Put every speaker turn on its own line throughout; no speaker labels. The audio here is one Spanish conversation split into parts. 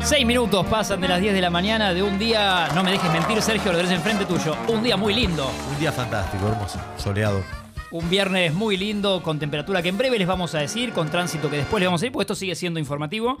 Seis minutos pasan de las 10 de la mañana de un día, no me dejes mentir Sergio, lo tenés enfrente tuyo, un día muy lindo,
Un día fantástico, hermoso, soleado.
un viernes muy lindo con temperatura que en breve les vamos a decir, con tránsito que después les vamos a decir, porque esto sigue siendo informativo,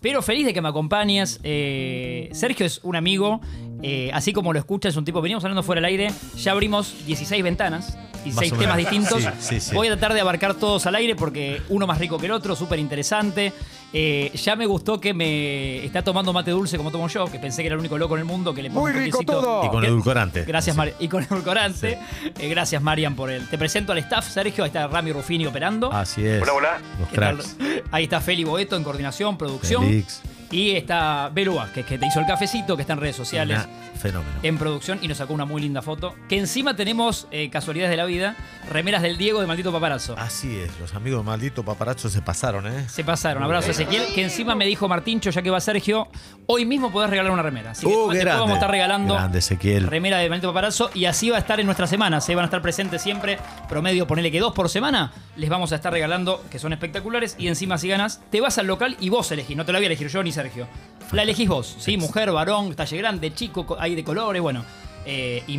pero feliz de que me acompañes. Eh, Sergio es un amigo, eh, así como lo escuchas, es un tipo, veníamos hablando fuera del aire, ya abrimos 16 ventanas, 16
o
temas
menos.
distintos,
Sí, sí, sí.
voy a tratar de abarcar todos al aire porque uno más rico que el otro, súper interesante. Eh, ya me gustó que me está tomando mate dulce como tomo yo, que pensé que era el único loco en el mundo que le pongo
Muy
un
rico
toquecito-
todo.
Y con
que-
edulcorante.
Oh, Gracias, Mar- y con edulcorante. Eh, gracias, Marian, por el. Te presento al staff, Sergio. Ahí está Rami Ruffini operando.
Así es.
Hola, hola.
Ah, Los
¿Qué tal?
cracks.
Ahí está Feli Boeto en coordinación, producción.
Felix.
Y está Belua, que, que te hizo el cafecito, que está en redes sociales,
Una- Fenómeno.
en producción, y nos sacó una muy linda foto. Que encima tenemos eh, casualidades de la vida, remeras del Diego de Maldito Paparazzo.
Así es, los amigos malditos paparachos se pasaron, ¿eh?
Se pasaron. Abrazo a Ezequiel, que encima me dijo Martincho, ya que va Sergio, hoy mismo podés regalar una remera. Así que
Uh,
después
qué grande.
vamos a estar regalando
Grande, Ezequiel.
remera de Benito Paparazzo y así va a estar en nuestras semanas. Se van a estar presentes siempre, promedio, ponele que dos por semana, les vamos a estar regalando, que son espectaculares, y encima si ganas, te vas al local y vos elegís, no te la voy a elegir yo ni Sergio. La elegís vos, ¿sí? Mujer, varón, talle grande, chico, co- hay de colores, bueno. eh, y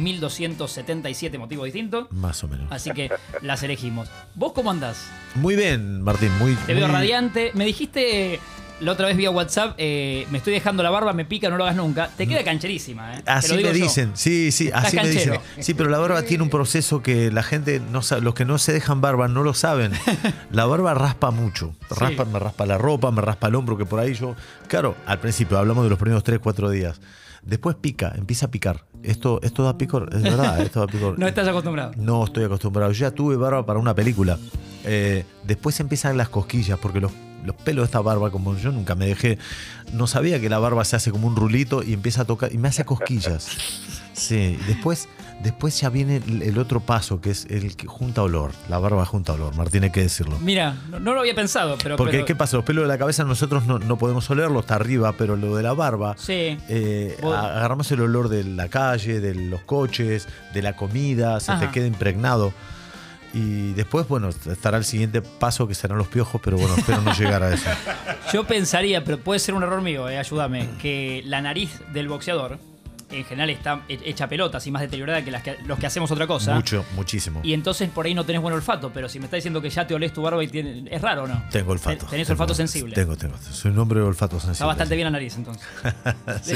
1277 motivos distintos.
Más o menos.
Así que las elegimos. ¿Vos cómo andás?
Muy bien, Martín, muy
Te veo
muy-
radiante. Me dijiste la otra vez vía WhatsApp, eh, me estoy dejando la barba, me pica, no lo hagas nunca. Te queda cancherísima, ¿eh? Te
Así
lo digo
me
yo.
dicen, sí, sí,
Estás
así me dicen.
canchero.
Sí, pero la barba tiene un proceso que la gente no sabe, los que no se dejan barba no lo saben. La barba raspa mucho. Raspa, me raspa la ropa, me raspa el hombro, que por ahí yo. Claro, al principio hablamos de los primeros 3, 4 días. Después pica, empieza a picar. Esto, esto da picor, es verdad, esto da picor.
No estás acostumbrado.
No estoy acostumbrado. Yo ya tuve barba para una película. Eh, después empiezan las cosquillas, porque los, los pelos de esta barba, como yo nunca me dejé, no sabía que la barba se hace como un rulito y empieza a tocar, y me hace cosquillas. Sí, después, después ya viene el, el otro paso, que es el que junta olor. La barba junta olor, Martín, hay que decirlo.
Mira, no, no lo había pensado, pero.
Porque,
pero-
¿qué pasa? Los pelos de la cabeza nosotros no, no podemos olerlo, está arriba, pero lo de la barba,
Sí.
eh,
Vos-
a- agarramos el olor de la calle, de los coches, de la comida, se
Ajá.
te queda impregnado. Y después, bueno, estará el siguiente paso que serán los piojos, pero bueno, espero no llegar a eso.
Yo pensaría, pero puede ser un error mío, eh, ayúdame, que la nariz del boxeador en general está he- hecha pelotas y más deteriorada que, las que los que hacemos otra cosa.
Mucho, muchísimo.
Y entonces por ahí no tenés buen olfato, pero si me está diciendo que ya te olés tu barba y tiene- es raro, ¿o ¿no?
Tengo olfato.
Ten- Tenés
Tengo-
olfato sensible.
Tengo, tengo. Soy un hombre de olfato sensible.
Está bastante bien la nariz entonces.
Sí.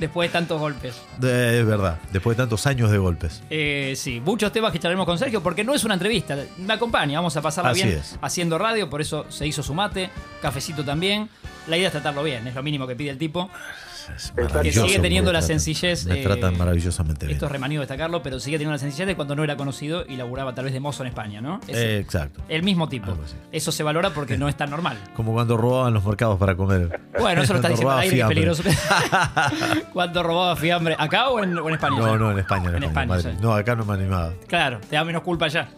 Después de tantos golpes.
Eh, es verdad, después de tantos años de golpes.
Eh, sí, muchos temas que charlaremos con Sergio porque no es una entrevista. Me acompaña, vamos a pasarla
Así
bien
es.
haciendo radio, por eso se hizo su mate, cafecito también. La idea es tratarlo bien, es lo mínimo que pide el tipo.
Es
que
maravilloso
sigue
cómo
teniendo
me
la
tratan.
sencillez,
Me
eh,
tratan maravillosamente bien.
Esto es remanido destacarlo, pero sigue teniendo la sencillez de cuando no era conocido y laburaba tal vez de mozo en España, ¿no? Es
Eh, exacto.
el mismo tipo.
algo así.
Eso se valora porque no es tan normal.
Como cuando robaban los mercados para comer.
Bueno, eso lo
Cuando
estás diciendo al aire, que
robaba
es
fiambre.
peligroso. ¿Cuánto robaba fiambre? ¿Acá o en, o en España?
No, no, en España. En
En
España,
España,
Madrid.
sí.
No, acá no me animaba.
Claro, te da menos culpa allá.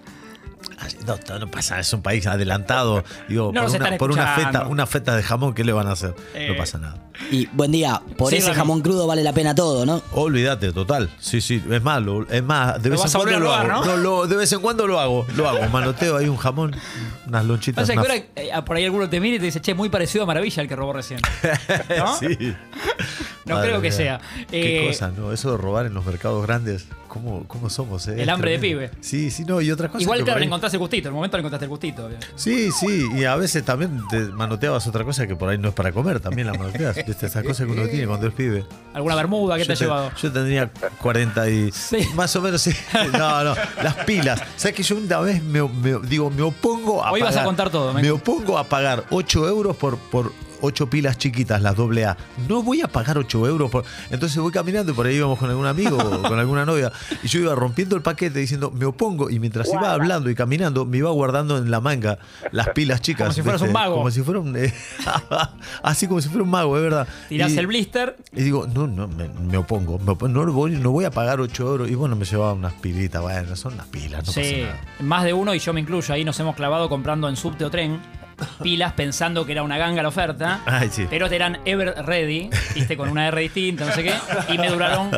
Ay, No, no, no pasa, es un país adelantado. Digo,
No
por,
los
una,
están
por una
escuchando.
feta, una feta de jamón, ¿qué le van a hacer?
Eh.
No pasa nada.
Y buen día, por
Sí,
ese
Rami.
jamón crudo vale la pena todo,
Eh.
¿no?
Olvídate, total. Sí, sí, es malo. Es más, de
Lo
vez en
vas a volver a
cuando lo hago.
probar, ¿no?
lo- de vez en cuando lo hago. Lo hago. Manoteo ahí un jamón, unas lonchitas.
Pasa que
una-
ahora eh, a- por ahí alguno te mira y te dice, che, muy parecido a Maravilla el que robó recién. ¿No?
Sí.
No
Madre
creo que
mía.
sea.
Qué
Eh,
cosa, ¿no? Eso de robar en los mercados grandes, ¿cómo, cómo somos? eh?
El
Es
hambre de
tremendo.
pibe.
Sí, sí, no, y otras cosas.
Igual
que
claro,
por
le
ahí-
encontraste el gustito, en el momento le encontraste el gustito. obvio.
Sí, sí, y a veces también te manoteabas otra cosa que por ahí no es para comer, también la manoteas. ¿Viste? Esas cosas que uno tiene cuando es pibe.
¿Alguna bermuda que te ha
yo, te-
llevado?
yo tendría 40 y.
Sí.
Más o menos, sí. No, no. Las pilas. ¿Sabes que yo una vez me, me- digo, me opongo a.
Hoy vas a
pagar-
contar todo, me
Me opongo a pagar 8 euros por. por 8 pilas chiquitas, las doble A. No voy a pagar 8 euros por. Entonces voy caminando y por ahí íbamos con algún amigo o con alguna novia. Y yo iba rompiendo el paquete diciendo, me opongo. Y mientras iba hablando y caminando, me iba guardando en la manga las pilas chicas.
Como si fueras un mago.
Como si fuera un. así como si fuera un mago, es verdad.
Tirás
Y-
el blister,
y digo, no, no, me, me opongo. me opo- no, lo voy, no voy a pagar 8 euros. Y bueno, me llevaba unas pilitas. Bueno, son unas pilas, no
sí,
pasa nada.
más de uno y yo me incluyo, ahí nos hemos clavado comprando en subte o tren pilas pensando que era una ganga la oferta,
Ay, Ah, sí.
pero eran ever ready, viste, con una R distinta, no sé qué, y me duraron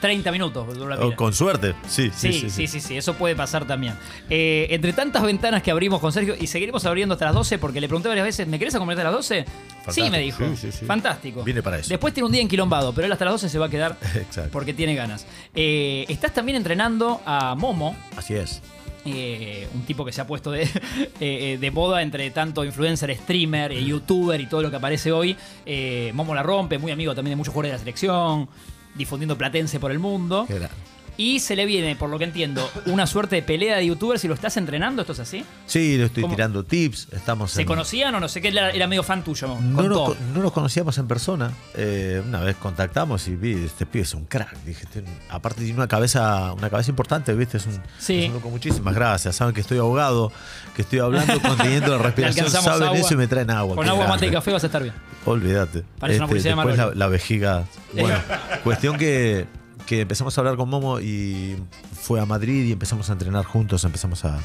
30 minutos. duró la
O
pila.
Oh, con suerte, sí.
Sí sí sí, sí, eso puede pasar también. Eh, entre tantas ventanas que abrimos con Sergio y seguiremos abriendo hasta las 12 porque le pregunté varias veces, ¿me querés acompañar hasta las 12? Sí, me dijo.
Fantástico, sí, sí, sí.
Fantástico.
Viene para eso.
Después tiene un día enquilombado, pero él hasta las 12 se va a quedar
Exacto.
porque tiene ganas. Eh, estás también entrenando a Momo,
Así es.
eh, un tipo que se ha puesto de, eh, eh, de moda entre tanto influencer, streamer, eh, youtuber y todo lo que aparece hoy. Eh, Momo la rompe, muy amigo también de muchos jugadores de la selección, difundiendo platense por el mundo.
Qué grande.
Y se le viene, por lo que entiendo, una suerte de pelea de youtubers si lo estás entrenando, ¿esto es así?
Sí, le estoy
¿Cómo?
tirando tips. Estamos
¿Se
en-
conocían o no sé qué? Era, era medio fan tuyo,
No
contó.
nos, co- no nos conocíamos en persona. Eh, una vez contactamos y vi, este pibe es un crack. Dije, "Tiene- aparte tiene una cabeza, una cabeza importante, ¿viste? Es un,
Sí.
es un loco, muchísimas gracias. Saben que estoy ahogado, que estoy hablando, conteniendo la
Le
respiración.
alcanzamos
Saben
agua.
eso y me traen agua.
Con
Qué
agua,
grande.
mate y café vas a estar bien.
Olvídate. Este,
Parece una publicidad de
después la,
Marolio.
la vejiga. Bueno, cuestión que, que empezamos a hablar con Momo y fue a Madrid y empezamos a entrenar juntos, empezamos a...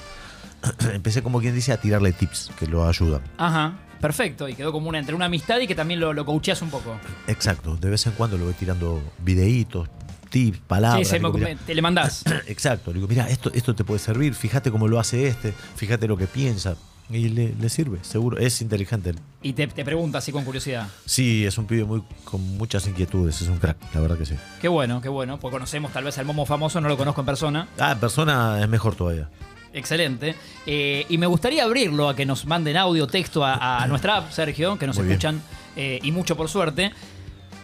Empecé como quien dice a tirarle tips que lo ayudan.
Ajá, perfecto. Y quedó como una entre una amistad y que también lo, lo coacheas un poco.
Exacto, de vez en cuando lo voy tirando videitos, tips, palabras.
sí, se
le
me
digo,
ocupé- te le mandás.
"Mirá, Exacto, le digo, mira, esto, esto te puede servir, fíjate cómo lo hace este, fíjate lo que piensa. Y le, le sirve, seguro, es inteligente. él.
Y te, te pregunta así con curiosidad.
Sí, es un pibe muy, con muchas inquietudes, es un crack, la verdad que sí.
Qué bueno, qué bueno. Pues conocemos tal vez al Momo famoso, no lo conozco en persona.
Ah, en persona es mejor todavía.
Excelente. Eh, y me gustaría abrirlo a que nos manden audio, texto a, a nuestra app, Sergio, que nos
Muy bien.
escuchan eh, y mucho por suerte.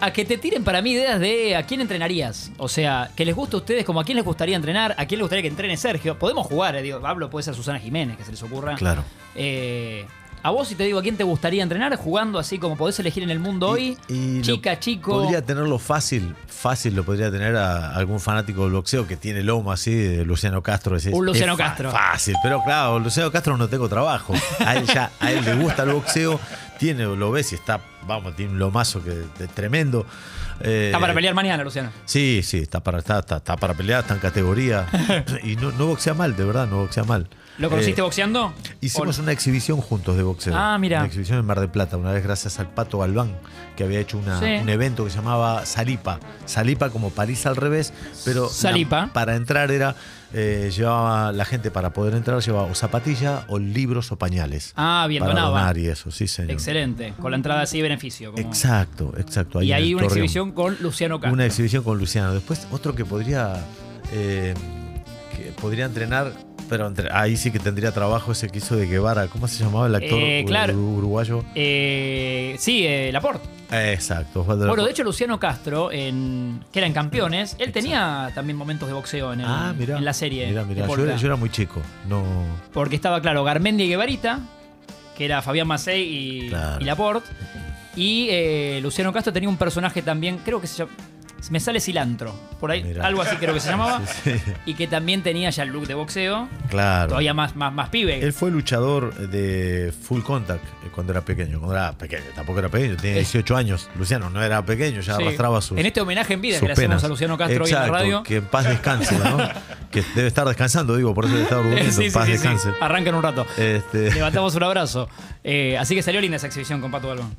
A que te tiren para mí ideas de a quién entrenarías. O sea, que les gusta a ustedes, como a quién les gustaría entrenar, a quién les gustaría que entrene Sergio. Podemos jugar, eh, digo, Pablo puede ser Susana Jiménez, que se les ocurra.
Claro.
Eh, a vos, si te digo a quién te gustaría entrenar, jugando así como podés elegir en el mundo hoy,
Y- y
chica,
lo-
chico.
Podría tenerlo fácil, fácil lo podría tener a algún fanático del boxeo que tiene lomo así, de Luciano Castro. decís,
Un Luciano
"Es fa-
Castro".
Fácil, pero claro, Luciano Castro no tengo trabajo. A él ya, a él le gusta el boxeo, tiene, lo ves y está, vamos, tiene un lomazo que es tremendo. Eh,
Está para pelear mañana, Luciano.
Sí, sí, está para, está, está- está para pelear, está en categoría. y no, no boxea mal, de verdad, no boxea mal.
¿Lo conociste
Eh,
boxeando?
Hicimos
¿O no?
una exhibición juntos de boxeo.
Ah, mira.
Una exhibición en Mar del Plata, una vez gracias al Pato Galván, que había hecho una-
Sí.
un evento que se llamaba Salipa. Salipa como París al revés, pero
Salipa.
na- para entrar era, eh, llevaba la gente para poder entrar, llevaba o zapatilla o libros o pañales.
Ah, bien,
para
donaba.
donar y eso, sí, señor.
Excelente. Con la entrada así, beneficio. como-
Exacto, exacto. ahí
y
en
ahí
el
una
Torreón.
exhibición con Luciano Castro.
Una exhibición con Luciano. Después otro que podría, eh, que podría entrenar, pero entre- ahí sí que tendría trabajo ese que hizo de Guevara. ¿Cómo se llamaba el actor
Eh,
ur-
claro.
uruguayo?
Eh, sí, eh, Laporte.
Eh, Exacto. Osvaldo
Bueno, de
Laporte.
hecho, Luciano Castro, en, que era en Campeones, él tenía también momentos de boxeo en, el-
Ah, mirá.
en la serie.
Mirá, mirá.
de
Yo,
Polka.
era, yo era muy chico. No.
Porque estaba, claro, Garmendi y Guevarita, que era Fabián Macei y,
Claro.
y Laporte. Y eh, Luciano Castro tenía un personaje también, creo que se llama. Me sale cilantro, por ahí,
Mirá.
algo así creo que se llamaba.
Sí, sí.
Y que también tenía ya el look de boxeo,
Claro.
todavía más, más, más pibe.
Él fue luchador de full contact eh, cuando era pequeño. Cuando era pequeño, tampoco era pequeño, tenía
Eh.
18 años. Luciano no era pequeño, ya
Sí.
arrastraba sus.
En este homenaje en vida
sus
que le hacemos
penas.
a Luciano Castro hoy en la
Exacto,
radio.
Que en paz descanse, ¿no? que debe estar descansando, digo, por eso debe estar durmiendo.
Sí,
en
Eh, sí,
paz
sí, sí.
descanse.
Arranca en un rato.
Este,
Levantamos un abrazo. Eh, así que salió linda esa exhibición con Pato Galván.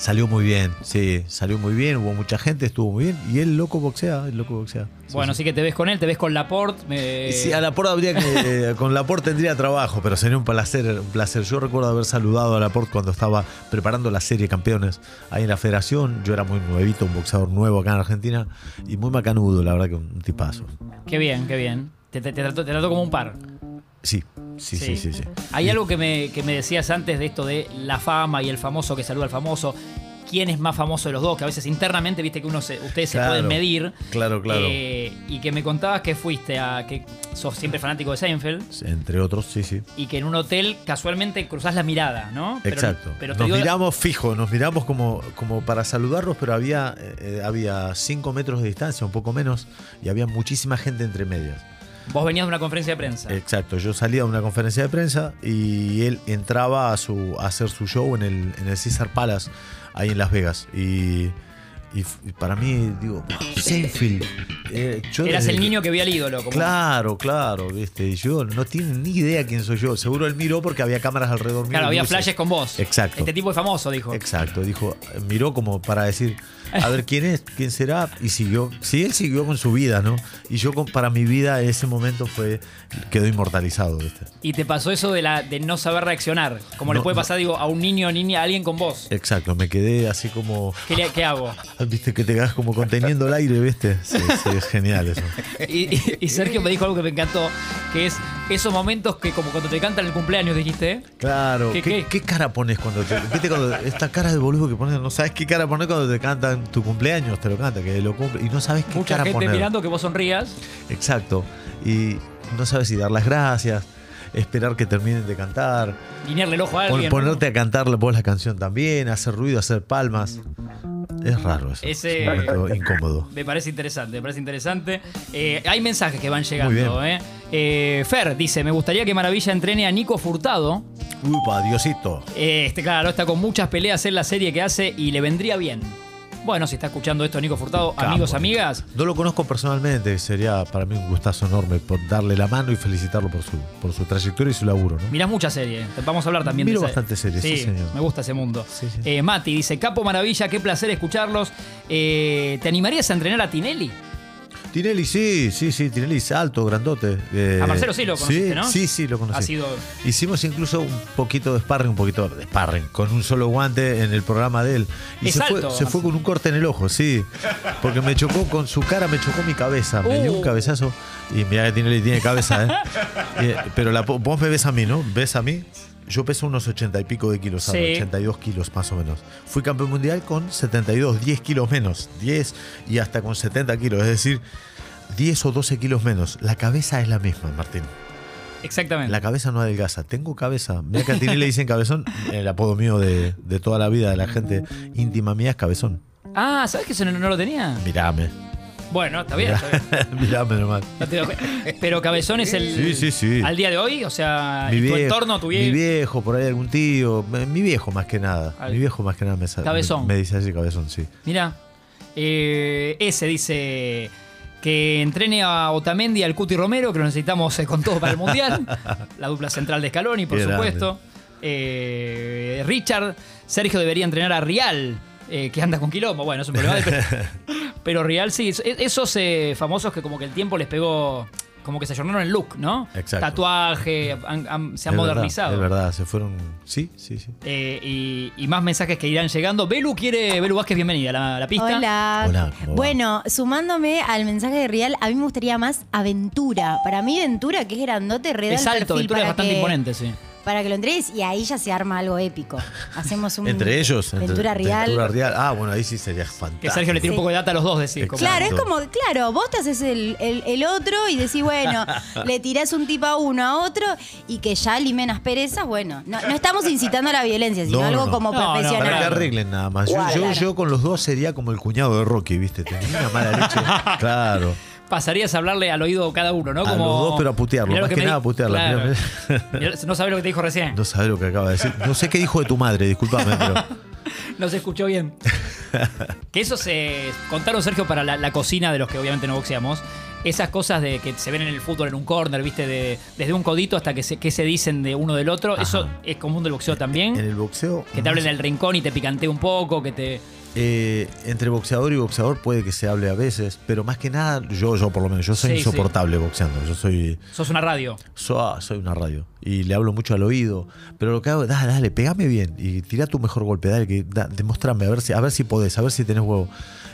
salió muy bien, sí, salió muy bien, hubo mucha gente, estuvo muy bien. Y el loco boxea, el loco boxea. Sí,
bueno,
sí.
sí que te ves con él, te ves con Laporte. eh,
Sí, a Laporte habría que. eh, con Laporte tendría trabajo, pero sería un placer, un placer. Yo recuerdo haber saludado a Laporte cuando estaba preparando la serie Campeones ahí en la federación. Yo era muy nuevito, un boxeador nuevo acá en Argentina y muy macanudo, la verdad que un tipazo.
Qué bien, qué bien. Te, te- te trató, te trató como un par.
Sí, sí, sí, sí. sí.
Hay algo que me, que me decías antes de esto de la fama y el famoso que saluda al famoso. ¿Quién es más famoso de los dos? Que a veces internamente, viste que uno se- ustedes
Claro.
se pueden medir.
Claro, claro.
Eh, y que me contabas que fuiste a. que sos siempre fanático de Seinfeld.
Entre otros, sí, sí.
y que en un hotel casualmente cruzás la mirada, ¿no? Pero-
Exacto.
Pero, te
nos
digo-
miramos fijo, nos miramos como, como para saludarnos, pero había 5 había cinco metros de distancia, un poco menos, y había muchísima gente entre medias.
vos venías de una conferencia de prensa.
Exacto. Yo salía de una conferencia de prensa y él entraba a, su, a hacer su show en el, en el Caesar Palace, ahí en Las Vegas. Y Y, f- y para mí, digo, Seinfeld. eh, yo
Eras
desde
el
que-
niño que veía al ídolo. Como
Claro, claro, viste. Y yo no tiene ni idea quién soy yo. Seguro él miró porque había cámaras alrededor mío.
Claro,
y
había
luces.
flashes con vos.
Exacto.
Este tipo es famoso, dijo.
Exacto, dijo, miró como para decir, a ver quién es, quién será, y siguió. Sí, él siguió con su vida, ¿no? Y yo con- para mi vida ese momento fue, quedó inmortalizado, ¿viste?
Y te pasó eso de, la, de no saber reaccionar. Como le
No,
puede
no.
pasar, digo, a un niño o niña, a alguien con vos.
Exacto, me quedé así como,
¿Qué, le- qué hago?
viste, que te quedas como conteniendo el aire, ¿viste? Sí, sí, es genial eso.
Y, y- y Sergio me dijo algo que me encantó, que es esos momentos que como cuando te cantan el cumpleaños, dijiste, ¿eh?
Claro,
¿Qué,
¿Qué,
qué?
qué cara pones cuando te... Viste cuando esta cara de boludo que pones, no sabes qué cara poner cuando te cantan tu cumpleaños, te lo cantan, que lo cumple, y no sabes qué
mucha
cara
gente
poner.
mirando que vos sonrías.
Exacto. Y no sabes si dar las gracias, esperar que terminen de cantar,
guiñarle el ojo a
pon-
alguien.
ponerte a cantar vos la canción también, hacer ruido, hacer palmas. Es raro eso.
Ese-
Es un momento incómodo.
Me parece interesante, me parece interesante. Eh, hay mensajes que van llegando,
Muy
¿eh? Eh, Fer dice, me gustaría que Maravilla entrene a Nico Furtado.
Upa, Diosito.
Eh, este, claro, está con muchas peleas en la serie que hace y le vendría bien. Bueno, si está escuchando esto Nico Furtado,
Capo.
amigos, amigas,
No lo conozco personalmente, sería para mí un gustazo enorme por darle la mano y felicitarlo por su, por su trayectoria y su laburo. ¿no?
mirás muchas series. Vamos a hablar también
Miro
de esa-
bastante series, sí, señor.
me gusta ese mundo.
Sí, sí.
Eh, Mati dice, Capo Maravilla, qué placer escucharlos. Eh, ¿Te animarías a entrenar a Tinelli?
Tinelli, sí, sí, sí, Tinelli es alto, grandote. eh,
A Marcelo sí lo conociste, ¿no?
Sí, sí, lo conocí.
Ha sido...
Hicimos incluso un poquito de sparring, un poquito de sparring, con un solo guante en el programa de él. Y
Es
se,
alto,
fue, se fue con un corte en el ojo, sí. Porque me chocó con su cara, me chocó mi cabeza. Me dio
Uh.
un cabezazo. Y mira que Tinelli tiene cabeza, ¿eh? Y, eh, pero la po- vos me ves a mí, ¿no? ¿Ves a mí? Yo peso unos 80 y pico de kilos, ahora,
Sí.
82 kilos más o menos. Fui campeón mundial con 72, 10 kilos menos, 10 y hasta con 70 kilos, es decir, 10 o 12 kilos menos. La cabeza es la misma, Martín.
Exactamente.
La cabeza no adelgaza. Tengo cabeza. Mira que a Tinelli le dicen cabezón. El apodo mío de, de toda la vida de la gente íntima mía es cabezón.
Ah, ¿sabes que eso no, no lo tenía?
Mirame.
Bueno, está bien, está bien.
Mirame nomás.
No te lo- Pero Cabezón es el.
Sí, sí, sí.
Al día de hoy, o sea,
Mi
tu
vie-
entorno, tu
Mi
viejo.
viejo, por ahí algún tío. Mi mi viejo más que nada.
Al-
Mi viejo más que nada me, sa-
Cabezón.
me dice así cabezón, sí.
Mirá. eh, ese dice que entrene a Otamendi, al Cuti Romero, que lo necesitamos eh, con todo para el mundial. La dupla central de Scaloni, por
Qué grande.
supuesto. Eh, Richard, Sergio debería entrenar a Rial. eh, que anda con quilombo, bueno, es un problema. de- Pero, pero Rial sí, es- esos eh, famosos que como que el tiempo les pegó, como que se ayornaron el look, ¿no?
Exacto.
Tatuaje, han- han- se han
Es verdad,
modernizado.
Es verdad, se fueron. Sí, sí, sí.
Eh, y, y más mensajes que irán llegando. Belu quiere. Belu Vázquez, bienvenida a la, a la pista.
Hola.
Hola, ¿cómo va?
Bueno, sumándome al mensaje de Rial, a mí me gustaría más aventura. Para mí, aventura, que es grandote, redal.
Es alto, Ventura es bastante imponente, sí.
Para que lo entregues y ahí ya se arma algo épico. Hacemos un.
Entre ellos. entre-
Ventura Rial.
Ventura Rial. Ah, bueno, ahí sí sería fantástico.
Que Sergio le tiene un
Sí.
poco de data a los dos, decís. como-
Claro, es
Exacto.
como, claro, vos te haces el, el- el otro y decís, bueno, le tirás un tipo a uno a otro y que ya limenas perezas, bueno, no, no estamos incitando a la violencia, sino
No, no,
algo
no.
como
No, no,
Para que
Claro.
profesional.
arreglen nada más. Yo,
Guau,
yo,
claro.
yo con los dos sería como el cuñado de Rocky, ¿viste? Tenía una mala leche. Claro.
Pasarías a hablarle al oído cada uno, ¿no?
A
Como,
los dos, pero a putearlo,
Mirá lo
más que
me
nada
di-
a putearlo,
Claro.
mirá,
Mirá, No sabe lo que te dijo recién.
No sabe lo que acaba de decir. No sé qué dijo de tu madre, discúlpame, pero.
No se escuchó bien. que eso se contaron, Sergio, para la, la cocina de los que obviamente no boxeamos. Esas cosas de que se ven en el fútbol en un corner, ¿viste? De- desde un codito hasta que se, que se dicen de uno del otro. Eso
Ajá. Eh,
es común del boxeo también.
En el boxeo.
que te hablen del rincón y te picantee un poco, que te...
eh, entre boxeador y boxeador puede que se hable a veces, pero más que nada, yo, yo por lo menos, yo soy
Sí, sí.
insoportable boxeando. Yo soy.
Sos una radio.
Soa, soy una radio y le hablo mucho al oído, pero lo que hago es, dale, dale, pegame bien y tira tu mejor golpe, dale, que da- demostrame, a ver, si, a ver si podés, a ver si tenés huevo.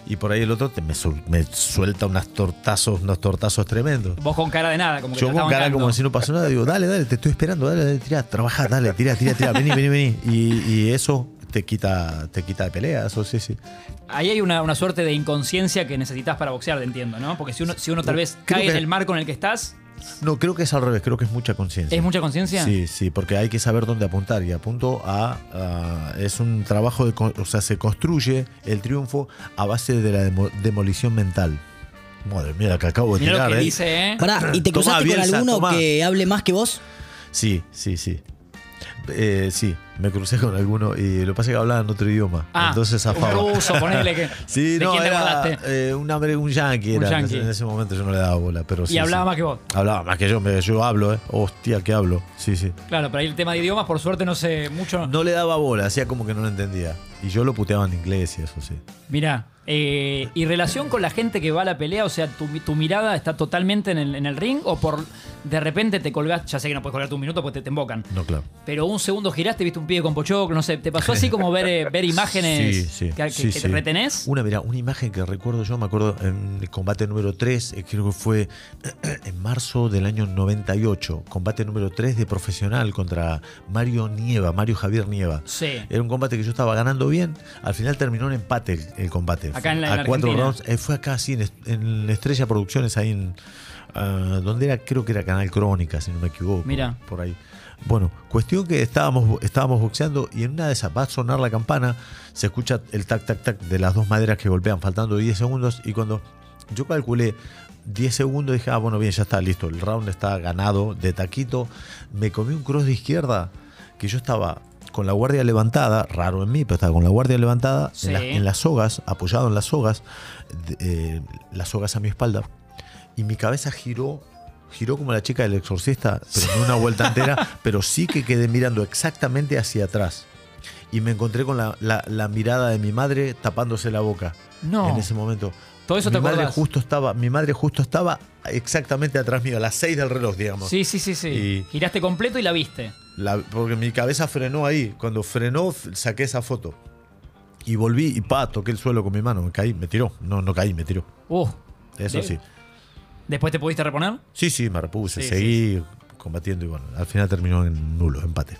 Y por ahí el otro te, me, su- me suelta unas tortazos, unos tortazos tremendos.
Vos con cara de nada, como que
Yo
te
con
estás
cara
bancando.
como si no pasó nada, digo, dale, dale, te estoy esperando, dale, dale, tirá, trabajá, dale, tirá, tirá, tirá, vení, vení, vení. Y, y eso te quita, te quita de pelea, eso sí, sí.
Ahí hay una, una suerte de inconsciencia que necesitas para boxear, te entiendo, ¿no? Porque si uno, si uno tal vez
Creo
cae en
que-
el marco en el que estás,
No, creo que es al revés, creo que es mucha conciencia.
¿es mucha conciencia?
Sí, sí, porque hay que saber dónde apuntar y apunto a, a- es un trabajo de con- o sea, se construye el triunfo a base de la demo- demolición mental. Madre mía, que acabo de
Mirá
tirar,
lo que
¿eh?
dice, ¿eh?
Pará, ¿y te
Tomá,
cruzaste con
Bielsa,
alguno
tomá.
que hable más que vos?
Sí, sí, sí. eh, sí, me crucé con alguno y lo que pasa es que hablaban otro idioma.
Ah,
entonces
un
zafaba.
ruso, ponele que.
Sí,
¿De
no,
quién te
era
acordaste?
eh, un, amer- un yankee.
Un
era.
yanqui.
En ese momento yo no le daba bola, pero
Y
sí.
hablaba
sí.
más que vos.
Hablaba más que yo, me- yo hablo, ¿eh? Hostia, que hablo. Sí, sí.
Claro, pero ahí el tema de idiomas, por suerte, no sé mucho.
No le daba bola, hacía como que no lo entendía. Y yo lo puteaba en inglés y eso sí.
Mirá, eh, ¿y relación con la gente que va a la pelea? O sea, ¿tu, tu mirada está totalmente en el, en el ring o por de repente te colgás? Ya sé que no puedes colgarte un minuto porque te, te embocan.
No, claro.
Pero un segundo giraste, viste un pibe con pochoclo, no sé. ¿Te pasó así como ver, eh, ver imágenes
Sí, sí,
que, que-
sí,
que
sí.
te retenés?
Una, mira, una imagen que recuerdo yo, me acuerdo en el combate número 3, eh, creo que fue en marzo del año 98, combate número 3 de profesional contra Mario Nieva, Mario Javier Nieva.
Sí.
Era un combate que yo estaba ganando bien, al final terminó en empate el, el combate.
Acá en la-
A
en la
cuatro
Argentina.
rounds, Eh, fue acá, sí, en, est- en Estrella Producciones, ahí en... ah, donde era, creo que era Canal Crónica, si no me equivoco.
Mira.
Por ahí. Bueno, cuestión que estábamos, estábamos boxeando y en una de esas va a sonar la campana, se escucha el tac, tac, tac de las dos maderas que golpean, faltando 10 segundos. Y cuando yo calculé 10 segundos, dije, ah, bueno, bien, ya está, listo, el round está ganado de taquito. Me comí un cross de izquierda que yo estaba con la guardia levantada, raro en mí, pero estaba con la guardia levantada,
Sí.
en, la- en las sogas, apoyado en las sogas, de- eh, las sogas a mi espalda, y mi cabeza giró, giró como la chica del exorcista, pero no una vuelta entera, pero sí que quedé mirando exactamente hacia atrás. Y me encontré con la, la- la mirada de mi madre tapándose la boca
No.
en ese momento.
Todo eso
mi
te
madre
acordás.
justo estaba, Mi madre justo estaba exactamente atrás mío, a las 6 del reloj, digamos.
Sí, sí, sí, sí.
Y-
Giraste completo y la viste.
La- porque mi cabeza frenó ahí. Cuando frenó, f- saqué esa foto. Y volví y pa, toqué el suelo con mi mano. Me caí, me tiró. No, no caí, me tiró.
Uh,
Eso
de-
sí.
¿Después te pudiste reponer?
Sí, sí, me repuse.
Sí,
seguí combatiendo y bueno, al final terminó en nulo, empate.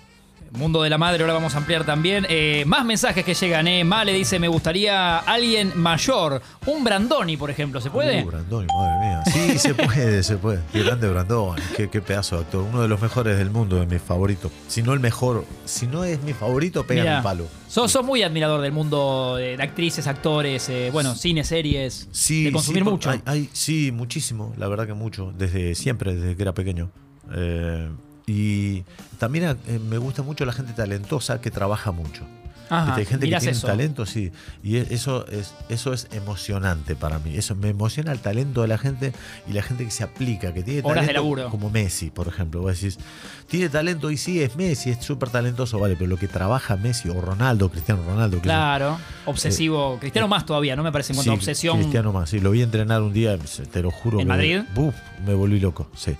Mundo de la Madre, ahora vamos a ampliar también. Eh, más mensajes que llegan, ¿eh? Ma le dice, me gustaría alguien mayor. Un Brandoni, por ejemplo, ¿se puede?
Uh, Brandoni, madre mía. Sí, se puede, se puede. Qué grande Brandoni. Qué, qué pedazo de actor. Uno de los mejores del mundo, de mis favoritos. Si no el mejor, si no es mi favorito, pega
Mirá,
un palo.
Sos, sos muy admirador del mundo de, de actrices, actores, eh, bueno, cine, series.
Sí,
de consumir
sí, por-
mucho.
hay- hay- sí, muchísimo, la verdad que mucho, desde siempre, desde que era pequeño. Eh, y también eh, me gusta mucho la gente talentosa que trabaja mucho.
Ajá,
Viste, hay gente que
Ah, mirás
tiene
eso.
talento, sí. Y e- eso es, eso es emocionante para mí. Eso me emociona el talento de la gente y la gente que se aplica, que tiene
Horas de
talento.
laburo.
Como Messi, por ejemplo. Vos decís, tiene talento y sí, es Messi, es súper talentoso, vale, pero lo que trabaja Messi o Ronaldo, Cristiano Ronaldo, que es un
Claro, obsesivo. Cristiano más todavía, ¿no? Me parece en cuanto a
Eh, Sí,
obsesión.
Cristiano más, sí, lo vi entrenar un día, te lo juro.
¿En
que-
Madrid?
buf, me volví loco, sí.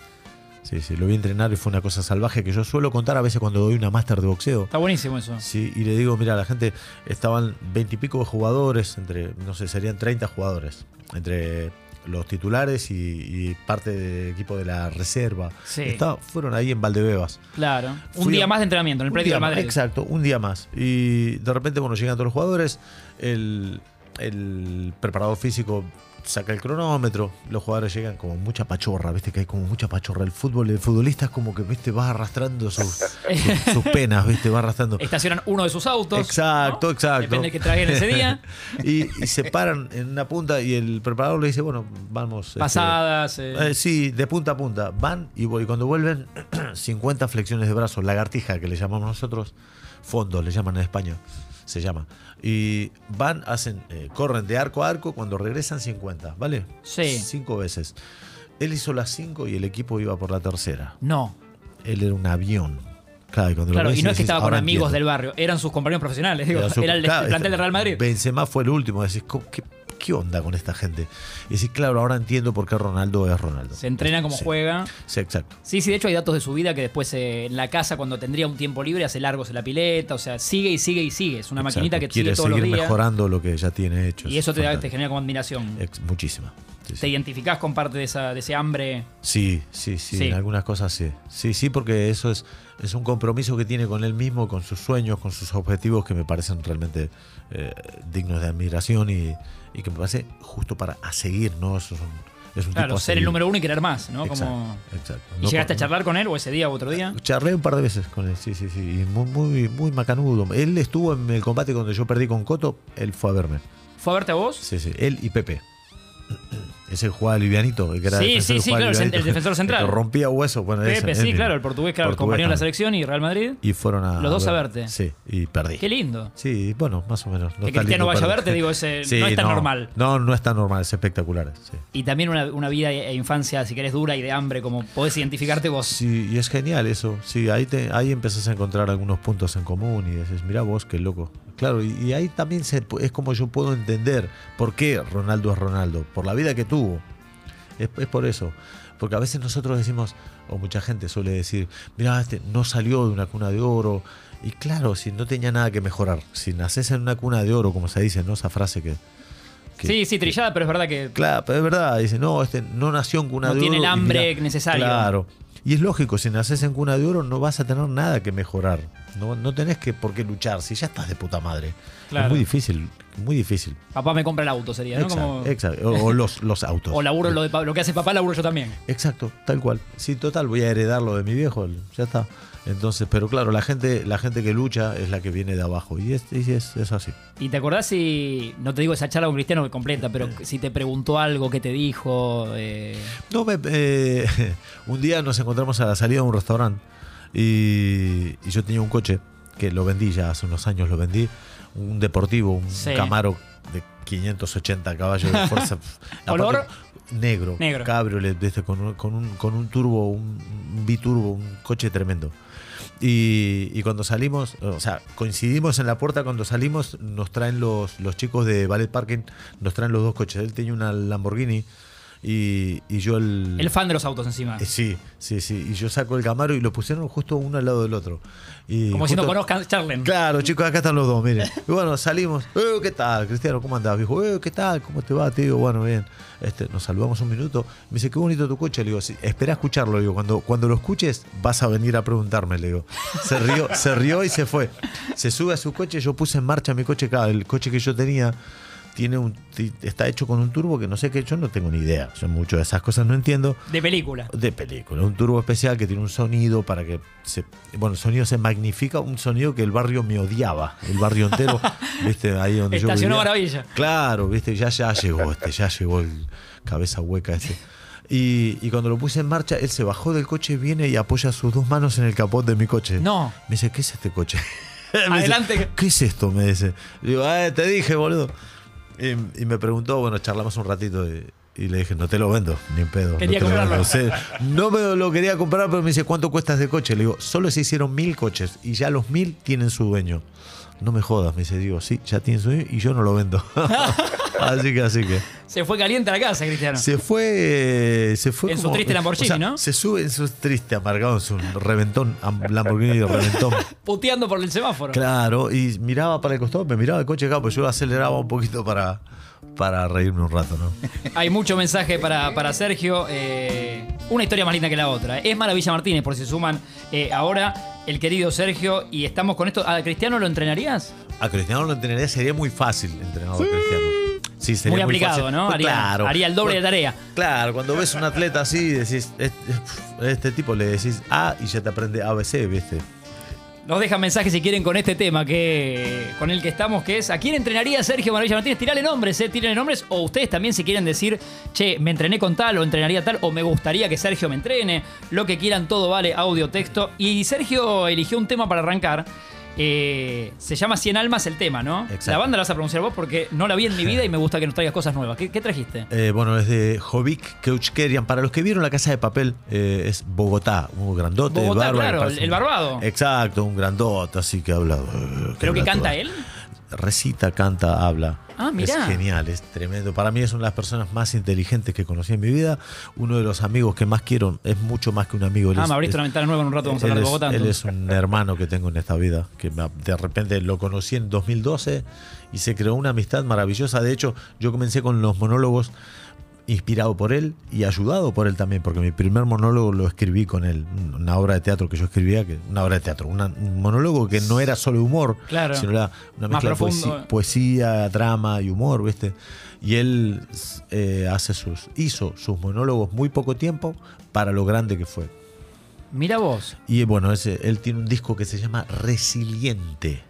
Sí, sí, lo vi entrenar y fue una cosa salvaje que yo suelo contar a veces cuando doy una máster de boxeo.
Está buenísimo eso.
Sí, y le digo, mira, la gente, estaban veintipico de jugadores, entre, no sé, serían 30 jugadores, entre los titulares y, y parte del equipo de la reserva.
Sí.
Estaba- fueron ahí en Valdebebas.
Claro. Un
Fui
día
a-
más de entrenamiento en el
Un
predio
día
de
más,
Madrid.
Exacto, un día más. Y de repente, bueno, llegan todos los jugadores, el, el preparador físico saca el cronómetro, los jugadores llegan como mucha pachorra, viste que hay como mucha pachorra. El fútbol, el futbolista es como que, viste, va arrastrando sus, sus- sus penas, viste, va arrastrando.
Estacionan uno de sus autos.
Exacto,
¿no?
exacto.
Depende de qué traigan ese día.
y, y se paran en una punta y el preparador le dice, bueno, vamos. este,
Pasadas. eh,
eh, sí, de punta a punta. Van y, vu- y cuando vuelven, 50 flexiones de brazos, lagartija que le llamamos nosotros, fondo le llaman en España, se llama. Y van, hacen, eh, corren de arco a arco, cuando regresan 50, ¿vale?
Sí.
Cinco veces. Él hizo las cinco y el equipo iba por la tercera.
No.
Él era un avión. Claro, y, cuando lo
Claro,
ves
y no es que
decís,
estaba con
"Ahora
amigos
entiendo".
del barrio, eran sus compañeros profesionales. Digo,
Era su-
era el,
claro,
plantel de
está-
Real Madrid.
Benzema fue el último. Decís, "Co- ¿qué, qué onda con esta gente? Y decís, claro, ahora entiendo por qué Ronaldo es Ronaldo.
Se entrena como
Sí.
juega.
Sí, exacto.
Sí, sí, de hecho hay datos de su vida que después eh, en la casa, cuando tendría un tiempo libre, hace largos en la pileta. O sea, sigue y sigue y sigue. Es una
Exacto.
maquinita que sigue
quiere
todos los
seguir
días.
mejorando lo que ya tiene hecho.
Y eso te, da- te
Fantástico.
genera como admiración.
Ex- Muchísima. Sí,
Te
sí.
identificás con parte de, esa, de ese hambre.
Sí, sí, sí,
Sí.
en algunas cosas sí. Sí, sí, porque eso es, es un compromiso que tiene con él mismo, con sus sueños, con sus objetivos que me parecen realmente eh, dignos de admiración y, y que me parece justo para a seguir, ¿no? Eso es un, es un tipo
Claro,
a
ser
seguir.
el número uno y querer más, ¿no?
Exacto,
Como...
exacto.
¿Y
No
llegaste a
con-
charlar con él o ese día o otro día?
Charlé un par de veces con él, sí, sí, sí. Y muy, muy, muy macanudo. Él estuvo en el combate cuando yo perdí con Coto, él fue a verme.
¿Fue a verte a vos?
Sí, sí. Él y Pepe. Ese jugaba livianito, el que era
Sí,
defensor,
sí, sí,
jugaba
claro, el cent-
livianito.
el defensor central.
que rompía huesos. Bueno, ese,
Pepe,
ese
sí,
mismo.
claro, el portugués, claro,
Portugués
compañero de la
también.
selección y Real Madrid.
Y fueron a.
Los dos a verte.
Sí, y perdí.
Qué lindo.
Sí, bueno, más o menos.
Que
está
Cristiano
lindo
vaya a
perder.
verte, digo, ese- no es tan normal.
No, no es tan normal, es espectacular. Sí.
Y también una, una vida e e infancia, si querés, dura y de hambre, como podés identificarte vos.
Sí, y es genial eso. Sí, ahí, te, ahí empezás a encontrar algunos puntos en común y dices, mira vos, qué loco. Claro, y, y ahí también se, es como yo puedo entender por qué Ronaldo es Ronaldo, por la vida que tuvo. Es, es por eso. Porque a veces nosotros decimos, o mucha gente suele decir, mira, este no salió de una cuna de oro. Y claro, si no tenía nada que mejorar, si naces en una cuna de oro, como se dice, ¿no? Esa frase que... que-
sí, sí, trillada, pero es verdad que
Claro, pero es verdad. Dice, no, este no nació en cuna
No
de oro.
tiene el
y
hambre
mirá,
necesario.
Claro. Y es lógico, si naces en cuna de oro no vas a tener nada que mejorar. No, no tenés que por qué luchar si ya estás de puta madre.
Claro.
Es muy difícil, muy difícil.
papá me compra el auto, sería, ¿no?
Exacto,
Como-
exacto. O, o los, los autos.
O laburo lo, de, pa- lo que hace papá, laburo yo también.
Exacto, tal cual. Sí, total, voy a heredar lo de mi viejo, ya está. Entonces, pero claro, la gente, la gente que lucha es la que viene de abajo. Y es, y es, es así.
¿Y te acordás si, no te digo esa charla con Cristiano que completa, pero
Eh.
si te preguntó algo, qué te dijo? eh,
No, me- eh, un día nos encontramos a la salida de un restaurante y, y yo tenía un coche que lo vendí ya hace unos años, lo vendí, un deportivo, un
Sí.
Camaro de 580 caballos de fuerza.
¿Color?
Aparte, Negro,
Negro.
cabriolet, de este, con, un, con, un, con un turbo, un, un biturbo, un coche tremendo. Y, y cuando salimos, o sea, coincidimos en la puerta, cuando salimos nos traen los, los chicos de Ballet Parking, nos traen los dos coches. Él tenía una Lamborghini y, y yo el...
el fan de los autos encima.
Eh, Sí, sí, sí. Y yo saco el Camaro y lo pusieron justo uno al lado del otro. Y
Como si no
justo-
conozcan Charlen.
Claro, chicos, acá están los dos, miren. Y bueno, salimos. "Eh, ¿Qué tal, Cristiano? ¿Cómo andás, viejo? "Eh, ¿Qué tal? ¿Cómo te va, tío? Bueno, bien. Este, nos saludamos un minuto. Me dice, qué bonito tu coche. Le digo, "Sí, espera a escucharlo. Le digo, cuando, cuando lo escuches, vas a venir a preguntarme. Le digo, se rió, se rió y se fue. Se sube a su coche. Yo puse en marcha mi coche acá, el coche que yo tenía. Tiene un, ti- está hecho con un turbo que no sé qué, yo no tengo ni idea. Yo mucho de esas cosas no entiendo.
De película.
De película, un turbo especial que tiene un sonido para que se. Bueno, el sonido se magnifica, un sonido que el barrio me odiaba, el barrio entero, ¿viste? Ahí donde
Estacionó
yo. vivía.
Maravilla.
Claro, ¿viste? Ya, ya llegó este, ya llegó el cabeza hueca este. Y, y cuando lo puse en marcha, él se bajó del coche, viene y apoya sus dos manos en el capot de mi coche.
No.
Me dice, ¿qué es este coche? Me dice,
Adelante.
¿Qué es esto? Me dice. Le digo, "Ah, te dije, boludo. Y, y me preguntó, bueno, charlamos un ratito y, y le dije, no te lo vendo, ni en pedo.
Quería
no te lo
comprarlo.
vendo". Sí. no me lo quería comprar, pero me dice, ¿cuánto cuesta este coche? Le digo, solo se hicieron mil coches y ya los mil tienen su dueño. No me jodas, me dice, digo, sí, ya tienen su dueño y yo no lo vendo. así que, así que.
Se fue caliente a la casa, Cristiano.
Se fue. eh, Se fue
En su
como-
triste Lamborghini,
o sea,
¿no?
Se sube en su triste, amargado, en su reventón, am- Lamborghini reventón.
Puteando por el semáforo.
Claro, y miraba para el costado, me miraba el coche acá, pues yo lo aceleraba un poquito para, para reírme un rato, ¿no?
Hay mucho mensaje para, para Sergio. eh, una historia más linda que la otra. Es Maravilla Martínez, por si suman eh, ahora el querido Sergio. Y estamos con esto. ¿A Cristiano lo entrenarías?
A Cristiano lo entrenaría, sería muy fácil entrenador a Cristiano. Sí, sería
Muy aplicado,
fácil.
¿no?
Pues
Haría- haría el doble de tarea.
Claro, cuando ves un atleta así, decís, este, este tipo le decís A y ya te aprende ABC, ¿viste?
Nos dejan mensajes si quieren con este tema que con el que estamos, que es ¿a quién entrenaría Sergio Maravilla Martínez? Tirale nombres, eh, tirale nombres. O ustedes también si quieren decir, che, me entrené con tal, o entrenaría tal, o me gustaría que Sergio me entrene. Lo que quieran, todo vale, audio, texto. Y Sergio eligió un tema para arrancar. eh, se llama Cien Almas el tema, ¿no?
Exacto.
La banda la vas a pronunciar vos porque no la vi en mi vida y me gusta que nos traigas cosas nuevas. ¿Qué, qué trajiste?
Eh, bueno, es de Jovic Keuchkerian. Para los que vieron La Casa de Papel, eh, es Bogotá, un grandote.
Bogotá,
bárbaro,
claro,
parece
el- el
un-
barbado.
Exacto, un grandote, así que habla. eh,
Creo que
habla
canta
todo.
él.
recita, canta, habla.
Ah, mirá.
Es genial, es tremendo. Para mí es una de las personas más inteligentes que conocí en mi vida. Uno de los amigos que más quiero, es mucho más que un amigo. Él
Ah,
es-
me abriste una
es-
ventana nueva en un rato, vamos a
él
hablar de
es-
Bogotá.
Él
entonces.
es un hermano que tengo en esta vida, que me- de repente lo conocí en 2012 y se creó una amistad maravillosa. De hecho, yo comencé con los monólogos inspirado por él y ayudado por él también, porque mi primer monólogo lo escribí con él, una obra de teatro que yo escribía, que, una obra de teatro, una- un monólogo que no era solo humor,
Claro.
sino era una
Más
mezcla de
profundo.
poesía, poesía, drama y humor, ¿viste? Y él eh, hace sus, hizo sus monólogos muy poco tiempo para lo grande que fue.
Mira vos.
Y bueno, ese, él tiene un disco que se llama Resiliente.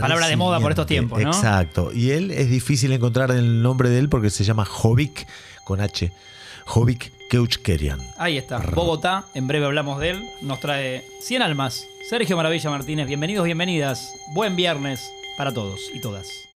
Palabra de moda por estos tiempos, ¿no?
Exacto. Y él es difícil encontrar el nombre de él porque se llama Jovic con H. Jovic Keuchkerian.
Ahí está, Bogotá, en breve hablamos de él, nos trae 100 almas. Sergio Maravilla Martínez, bienvenidos, bienvenidas. Buen viernes para todos y todas.